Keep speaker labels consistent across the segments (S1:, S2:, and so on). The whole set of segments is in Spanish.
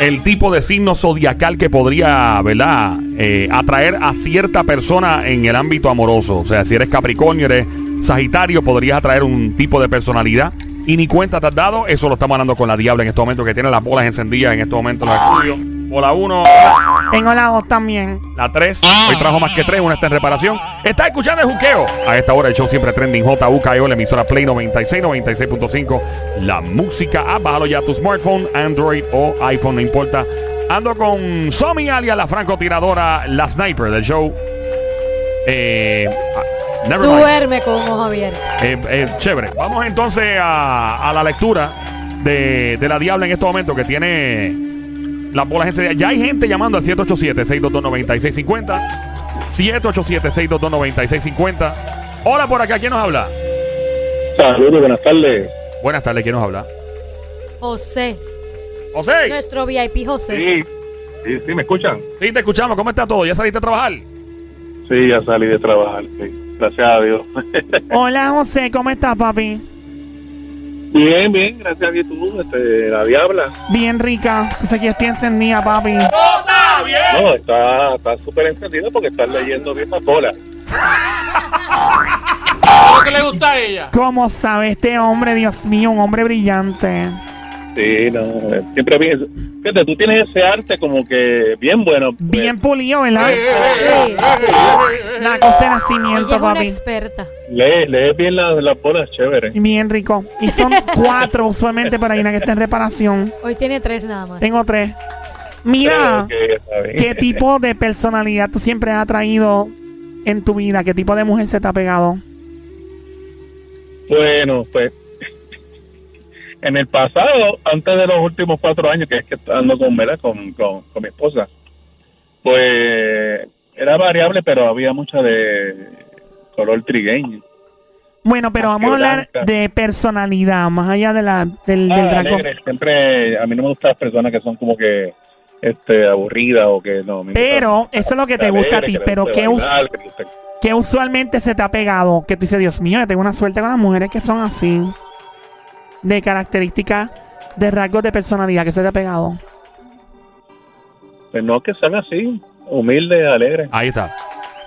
S1: el tipo de signo zodiacal que podría, ¿verdad? Eh, atraer a cierta persona en el ámbito amoroso. O sea, si eres Capricornio, eres Sagitario, podrías atraer un tipo de personalidad. Y ni cuenta te has dado, eso lo estamos hablando con la diabla en estos momentos, que tiene las bolas encendidas en estos momentos en los estudios. Bola 1,
S2: Tengo la voz también.
S1: la 3, hoy trajo más que 3, una está en reparación. Está escuchando el juqueo. A esta hora el show siempre trending JUKEO, E la emisora Play 96, 96.5. La música app, bájalo ya a tu smartphone, Android o iPhone, no importa. Ando con Somi alias la francotiradora, la sniper del show. Eh, ah, never mind.
S3: Duerme con un ojo abierto.
S1: Eh, eh, chévere. Vamos entonces a, a la lectura de, de la Diabla en estos momentos que tiene las bolas encendidas. Ya hay gente llamando al 787-622-9650. 787-622-9650. Hola por acá, ¿quién nos habla?
S4: Saludos, buenas tardes.
S1: Buenas tardes, ¿quién nos habla?
S3: José,
S1: José,
S3: nuestro VIP José.
S4: Sí, sí, sí, ¿me escuchan?
S1: sí, te escuchamos. ¿Cómo está todo? ¿Ya saliste a trabajar?
S4: Sí, ya salí de trabajar, sí. Gracias a Dios.
S2: Hola, José, ¿cómo estás, papi?
S4: bien, bien, gracias a Dios. Tú, este, la diabla.
S2: Bien rica. Pues aquí estoy encendida, papi.
S4: No, está está súper encendida porque estás leyendo bien las bolas.
S5: ¿Qué es lo que le gusta a ella?
S2: ¿Cómo sabe este hombre, Dios mío? Un hombre brillante.
S4: Sí, no, eh, siempre bien. Fíjate, tú tienes ese arte como que bien bueno.
S2: Bien pulido, ¿verdad?
S3: Sí.
S2: La cosa de
S3: Ella
S2: nacimiento,
S3: es una
S2: papi.
S3: experta.
S4: Lees lees bien las, las bolas, chévere.
S2: Y Bien rico. Y son cuatro usualmente para una que está en reparación.
S3: Hoy tiene tres nada más.
S2: Tengo tres. Mira,
S4: Ok, está bien.
S2: ¿qué tipo de personalidad tú siempre has atraído en tu vida? ¿Qué tipo de mujer se te ha pegado?
S4: Bueno, pues en el pasado, antes de los últimos cuatro años que es que ando con, ¿verdad? con, con, con mi esposa, pues era variable, pero había mucha de color trigueño.
S2: Bueno, pero
S4: Más que
S2: vamos a hablar
S4: blanca.
S2: de personalidad, más allá de la, del, del
S4: Ah,
S2: rasgo
S4: alegre. Siempre, a mí no me gustan las personas que son como que este, aburridas o que no. me gusta-
S2: Pero eso es lo que te
S4: alegre,
S2: gusta a ti.
S4: que le
S2: Pero
S4: guste
S2: ¿qué,
S4: bailar,
S2: us-
S4: que le guste-
S2: qué usualmente se te ha pegado? Que tú dices, Dios mío, yo tengo una suerte con las mujeres que son así. De características, de rasgos de personalidad que se te ha pegado.
S4: Pues no, que sean así, humildes, alegres.
S1: Ahí está.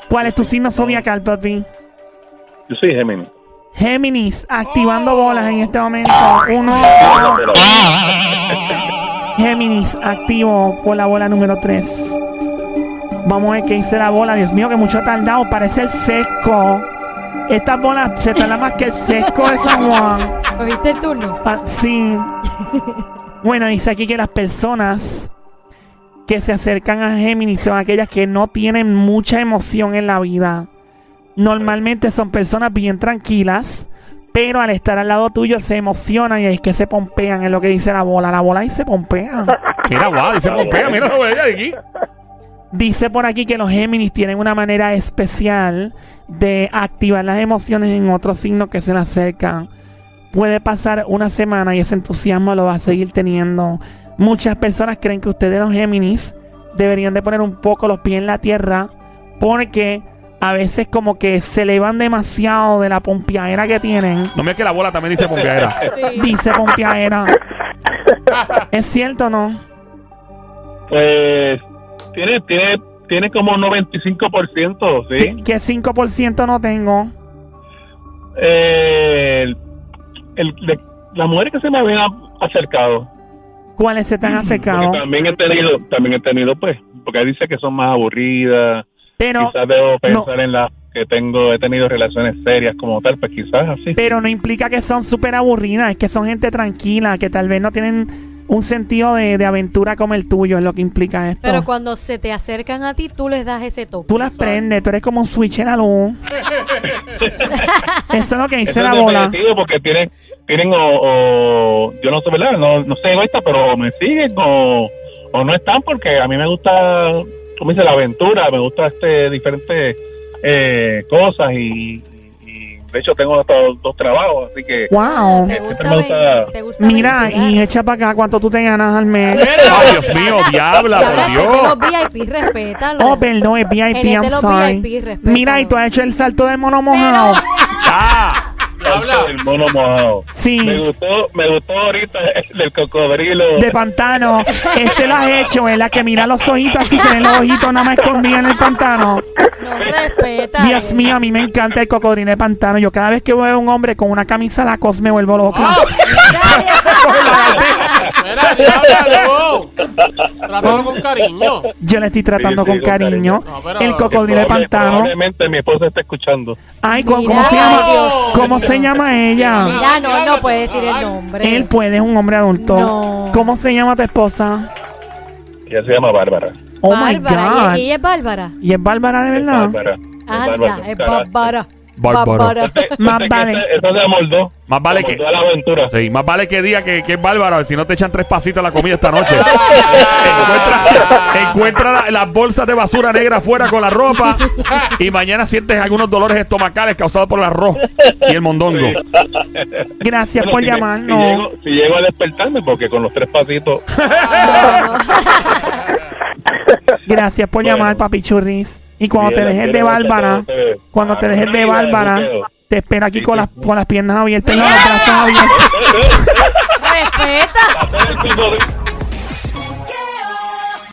S2: ¿Cuál es tu signo zodiacal, papi?
S4: Yo soy Géminis.
S2: Géminis, activando bolas en este momento. Uno.
S4: Pero-
S2: Géminis, activo por la bola número 3. Vamos a ver qué dice la bola. Dios mío, que mucho ha tardado. Parece el sesco. Estas bolas se tardan más que el sesco de San Juan.
S3: ¿Cogiste el turno?
S2: Ah, sí. bueno, dice aquí que las personas que se acercan a Géminis son aquellas que no tienen mucha emoción en la vida. Normalmente son personas bien tranquilas, pero al estar al lado tuyo se emocionan y es que se pompean, es lo que dice la bola. La bola y se pompean.
S1: Mira, guau, dice Pompea, mira lo veía aquí.
S2: Dice por aquí que los Géminis tienen una manera especial de activar las emociones en otros signos que se le acercan. Puede pasar una semana y ese entusiasmo lo va a seguir teniendo. Muchas personas creen que ustedes los Géminis deberían de poner un poco los pies en la tierra porque a veces como que se elevan demasiado de la pompeadera que tienen.
S1: No me que la bola también dice Pompeadera.
S3: Sí.
S2: Dice pompeadera. ¿Es cierto o no?
S4: Pues tiene, tiene, tiene como un 95%, ¿sí?
S2: Que 5% no tengo.
S4: Eh, el, el- de- la mujer que se me había acercado,
S2: ¿Cuáles se te han acercado?
S4: Mm, porque también he tenido, también he tenido, pues, porque dice que son más aburridas,
S2: Pero
S4: quizás debo pensar en las que tengo, he tenido relaciones serias como tal, pues quizás así.
S2: Pero no implica que son súper aburridas, es que son gente tranquila, que tal vez no tienen un sentido de, de aventura como el tuyo, es lo que implica esto.
S3: Pero cuando se te acercan a ti, tú les das ese toque.
S2: tú las prendes, tú eres como un switch en la luz. Eso es lo que
S4: Eso
S2: dice
S4: es
S2: la bola.
S4: definitivo porque tienen, tienen o, o- yo no sé, ¿verdad? No, no sé, egoísta, pero o me siguen o, o no están porque a mí me gusta, como dice, la aventura, me gusta este diferentes eh, cosas y, y de hecho tengo hasta dos, dos trabajos, así que...
S3: Ah,
S2: ¡Wow!
S3: ¿Te gusta,
S4: Siempre Este me
S3: ven-
S4: gusta-
S3: te gusta
S2: Mira,
S3: aventurar.
S2: y echa para acá cuánto tú te ganas al mes.
S1: Ay, Dios mío, diabla,
S3: Diabla,
S1: por
S3: este es de
S1: Dios.
S3: los VIP, respétalo.
S2: Oh, perdón, es VIP,
S3: Él es de
S2: I'm
S3: los
S2: sorry.
S3: VIP, respétalo.
S2: Mira, y tú has hecho el salto de mono mojado.
S3: Pero-
S1: ¡Ah!
S5: Habla.
S4: el mono mojado.
S2: Sí.
S4: Me gustó, me gustó ahorita el del cocodrilo.
S2: de pantano. Este lo has hecho, ¿verdad? Que mira los ojitos así, se ven los ojitos nada más escondidos en el pantano.
S3: No respeta.
S2: Dios mío, a mí me encanta el cocodrilo de pantano. Yo cada vez que veo a un hombre con una camisa Lacoste me vuelvo loco.
S5: ¡Ah! Mira, diablo. Trátalo con cariño.
S2: Yo le estoy tratando
S4: Sí, sí,
S2: con
S4: con
S2: cariño.
S4: cariño.
S5: No, pero-
S2: el cocodrilo de
S4: Probable-
S2: pantano.
S4: Probablemente mi esposa está escuchando.
S2: Ay, ¿cómo,
S3: Mira,
S2: cómo se
S5: ay,
S2: llama?
S5: Dios
S2: ¿Cómo
S5: mío.
S2: se llama ella?
S3: Mira, no, no puede decir el nombre.
S2: Él puede, es un hombre adulto.
S3: No.
S2: ¿Cómo se llama tu esposa?
S4: Ella se llama Bárbara.
S2: Oh my
S3: Bárbara.
S2: God.
S3: ¿Y, y es Bárbara.
S2: ¿Y es Bárbara de
S4: Es
S2: verdad?
S4: Bárbara. Es
S3: Anda,
S4: Bárbara.
S3: es Bárbara.
S1: Bárbara.
S2: Más
S4: Entonces,
S2: vale.
S4: esa- esa se amoldó.
S1: Más vale que-
S4: Se amoldó a la aventura.
S1: Sí, más vale que diga que, que es bárbara, si no te echan tres pasitos a la comida esta noche. encuentra
S5: Ah.
S1: encuentra la- las bolsas de basura negra afuera con la ropa y mañana sientes algunos dolores estomacales causados por el arroz y el mondongo.
S2: Gracias
S4: Bueno,
S2: por
S4: si me-
S2: llamarnos.
S4: si, llego, si llego a despertarme, porque con los tres pasitos.
S2: Gracias por
S4: Bueno.
S2: llamar, papi churris. Y cuando
S4: Bien,
S2: te
S4: la
S2: dejes de
S4: quiero mucho,
S2: Bárbara,
S4: te- te-
S2: cuando te dejes de
S4: Arriba,
S2: Bárbara,
S4: Luqueo.
S2: te espera aquí
S4: Sí,
S2: con
S4: sí,
S2: las
S4: sí.
S2: con las piernas abiertas y los brazos abiertos.
S3: Respeta.
S4: Hacer el cocodrilo-